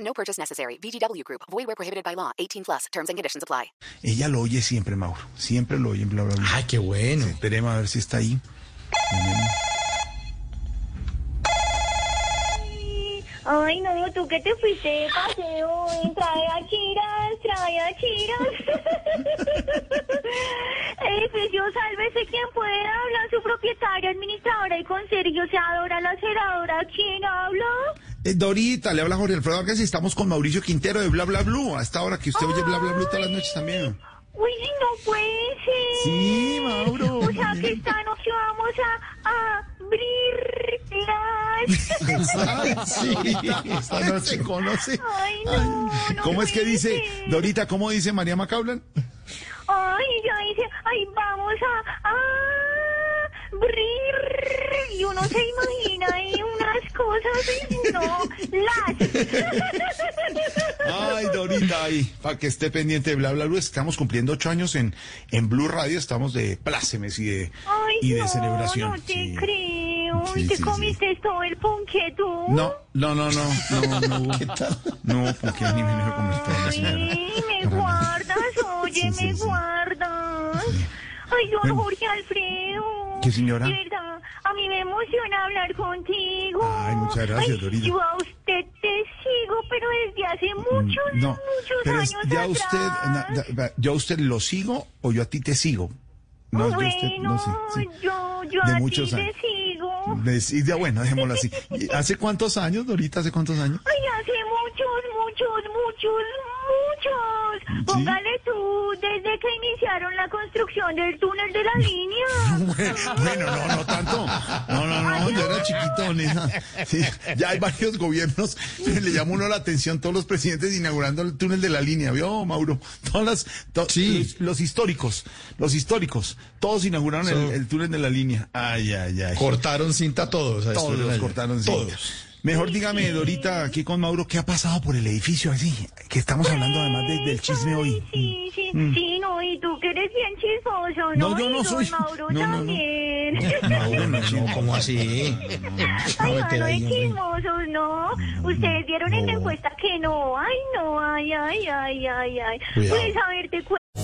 No purchase necessary. VGW Group. Void where prohibited by law. 18 plus. Terms and conditions apply. Ella lo oye siempre, Mauro. Siempre lo oye, bla, bla, bla. Ay, qué bueno. Esperemos a ver si está ahí. Ay, no, tú que te fuiste de paseo, ven, trae a Chiras, trae a Chiras. Edificio, sálvese quien pueda, habla su propietaria, administradora y conserje, o sea, adora la ceradora, ¿quién habla? Eh, Dorita, le habla Jorge Alfredo Vargas y estamos con Mauricio Quintero de Bla Bla Blue. Hasta ahora que usted oye Bla Bla Blue todas las noches también. Uy, no puede ser. Sí, Mauro. O sea, que esta noche vamos a, a abrirlas. Sí, esta noche conoce. Ay, no, no ¿Cómo es que puede dice, ser. Dorita, cómo dice María Macaulan? Ay, yo dije, ay, vamos a, a abrir. Y uno se imagina ahí unas cosas y no las. Ay, Dorita, ahí, para que esté pendiente de Bla Bla Blue. Estamos cumpliendo ocho años en, en Blue Radio. Estamos de plácemes y de, Ay, y de no, celebración. No te Sí. creo. Sí, ¿Y sí, te sí. comiste todo el ponqué tú? No, no, no, no, no, no. ¿Qué tal? No, porque ni me lo comer todo, Ay, señora. me guardas, oye, Sí, sí, me sí. guardas. Ay, don Bueno. Jorge Alfredo. ¿Qué, señora? De verdad, a mí me emociona hablar contigo. Ay, muchas gracias, Ay, Dorita. Mm, Yo a usted te sigo, pero desde hace muchos, No, muchos pero es- años ya atrás. usted, na- da- va- yo a usted lo sigo o yo a ti te sigo. No, yo a usted, no sé. sí. yo, yo De a muchos Mm. ti años. te sigo. Des- y ya, bueno, dejémoslo así. ¿Y ¿Hace cuántos años, Dorita? ¿Hace cuántos años? Ay, hace muchos, muchos, muchos, muchos. Póngale tú, desde que iniciaron la construcción del túnel de la línea. Bueno, no, no tanto. No, no, no, yo era chiquitón. esa. Sí, ya hay varios gobiernos, le llama uno la atención todos los presidentes inaugurando el túnel de la línea, ¿vio, Mauro? Todas las, to- los, los históricos, los históricos, todos inauguraron el- el, túnel de la línea. Ay, ay, ay. Cortaron cinta todos. a todos esto, los ¿no? cortaron, sí. Todos. Mejor dígame, Dorita, aquí con Mauro, ¿qué ha pasado por el edificio así? Que estamos hablando además de- del chisme hoy. Mm. Ay, Sí, sí, sí, no, y tú que eres bien chismoso, ¿no? No, yo Y no don soy- Mauro no, no, no. también. Mauro, no, no, ¿cómo así? Ay, No, no, meter no, ahí, de hombre. chismosos, ¿no? Mm, Ustedes vieron en la encuesta que no. Ay, no, ay, ay, ay, ay, ay. Cuidado. Pues a ver, te cuento.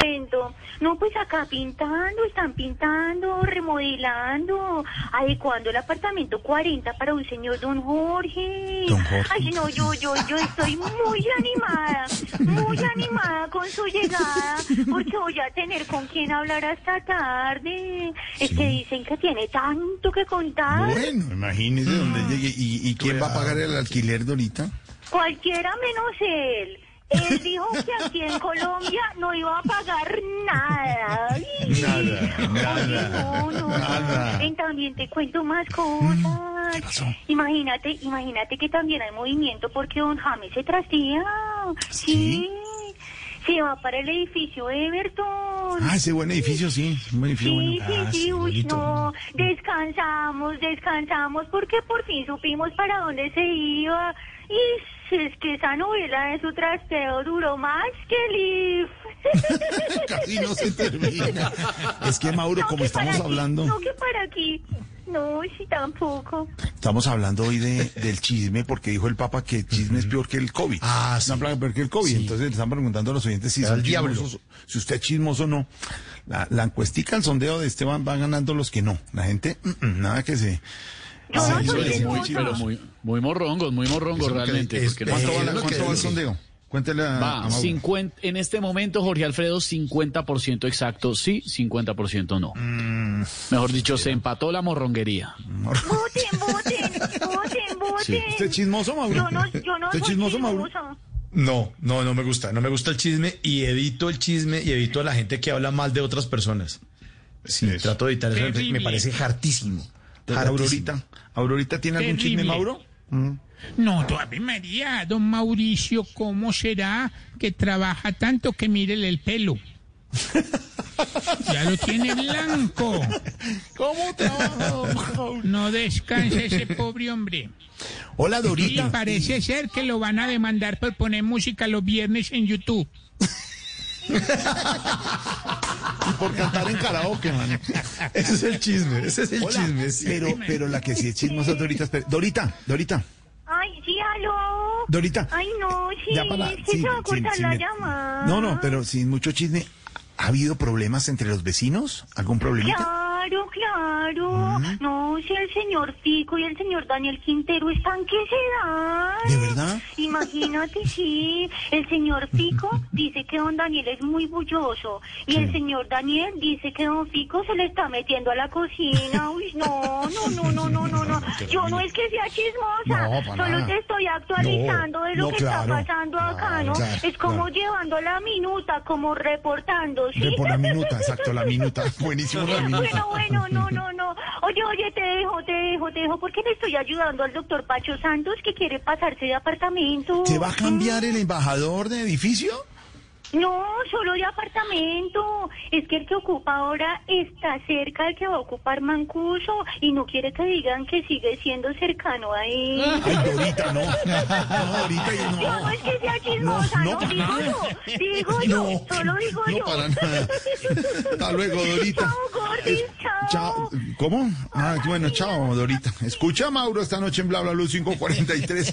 Pento. No, pues acá pintando, están pintando, remodelando, adecuando el apartamento 40 para un señor don Jorge. Don Jorge. Ay, no, yo, yo, yo estoy muy animada, muy animada con su llegada, porque voy a tener con quién hablar hasta tarde. Es que dicen que tiene tanto que contar. Bueno, imagínese dónde llegue. ¿Y, y quién va a pagar el alquiler, Dorita? Cualquiera menos él. Él dijo que aquí en Colombia no iba a pagar nada. Ay, Nada, Oye, nada, no, no, nada. no. Ven, también te cuento más cosas. ¿qué pasó? Imagínate, imagínate que también hay movimiento porque don James se trastía. ¿Sí? Sí. Se va para el edificio de Everton. Ah, ese buen edificio, sí. Un buen edificio Sí, bueno. sí, Ah, sí, uy, bonito. no, descansamos, descansamos, porque por fin supimos para dónde se iba. Y es que esa novela de su trasteo duró más que el IF. Casi no se termina. Es que, Mauro, No, como que estamos para aquí, hablando... no, que para aquí. No, sí, tampoco. Estamos hablando hoy de, del chisme, porque dijo el Papa que el chisme es peor que el COVID. Ah, Es una sí. plaga peor que el COVID. Entonces le están preguntando a los oyentes si, Al son diablo. chismosos, si usted es chismoso o no. La, la encuestica, el sondeo de Esteban va ganando los que no. La gente, mm, mm, nada que se... Yo no soy sí, chismosa. muy chismosa. Pero muy, muy morrongos, muy morrongos Eso que- realmente. es- porque no- ¿Cuánto va la- lo que cuánto va el dice. sondeo? Cuéntele a, a Va, Mauro. 50 en este momento, Jorge Alfredo, 50% exacto sí, 50% no. Mejor dicho, se empató la morronguería. Voten, voten, voten, voten. ¿Usted es Este chismoso, Mauro? Yo no, yo no ¿Usted soy es chismoso, Mauro? chismosa. No, no, no me gusta. No me gusta el chisme y evito el chisme y evito a la gente que habla mal de otras personas. Sí, Eso. trato de evitar eso. Me- Me Terrible. parece hartísimo. hartísimo. Aurorita, Aurorita tiene algún chisme, Terrible. Mauro? No, todavía María, don Mauricio, ¿cómo será que trabaja tanto que mírele el pelo? Ya lo tiene blanco. ¿Cómo trabajo? No descansa ese pobre hombre. Hola, Y Dorita. parece ser que lo van a demandar por poner música los viernes en YouTube. Por cantar en karaoke, man. Ese es el chisme, ese es el Hola, chisme. sí. pero, pero la que sí es chismosa es Dorita. espere. Dorita, Dorita. Ay, sí, aló. Dorita. Ay, no, sí. Ya para- es que sí, se va a sí, cortar sí, la me- llamada. No, no, pero sin mucho chisme. ¿Ha habido problemas entre los vecinos? ¿Algún problemita? Claro, claro. Mm. No, si el señor Pico y el señor Daniel Quintero están que se dan. ¿De verdad? Imagínate, sí. El señor Pico dice que don Daniel es muy bulloso. Y el señor Daniel dice que don Pico se le está metiendo a la cocina. Uy, no, no, no, no, no, no. no. Yo no es que sea chismosa. No, para Solo nada. te estoy actualizando No, de lo no, que claro, está pasando acá, claro, ¿no? claro, es como claro. llevando la minuta, como reportando, ¿sí? De por la minuta, exacto, la minuta. Buenísimo la minuta. Bueno, bueno, no, no, no. Oye, oye, te dejo, te dejo, te dejo, porque le estoy ayudando al doctor Pacho Santos que quiere pasarse de apartamento. ¿Se va a cambiar el embajador de edificio? No, solo de apartamento. Es que el que ocupa ahora está cerca del que va a ocupar Mancuso y no quiere que digan que sigue siendo cercano a él. Ay, Dorita, no. No, Dorita, y Yo no no. es que sea chismosa, No, no, no, para digo nada. yo, digo yo, No, solo digo no, yo. para nada. Hasta luego, Dorita. Chao, Gordis, chao. Chao. ¿Cómo? Ah, bueno, chao, Dorita. Escucha, Mauro, esta noche en Bla Bla Luz 543.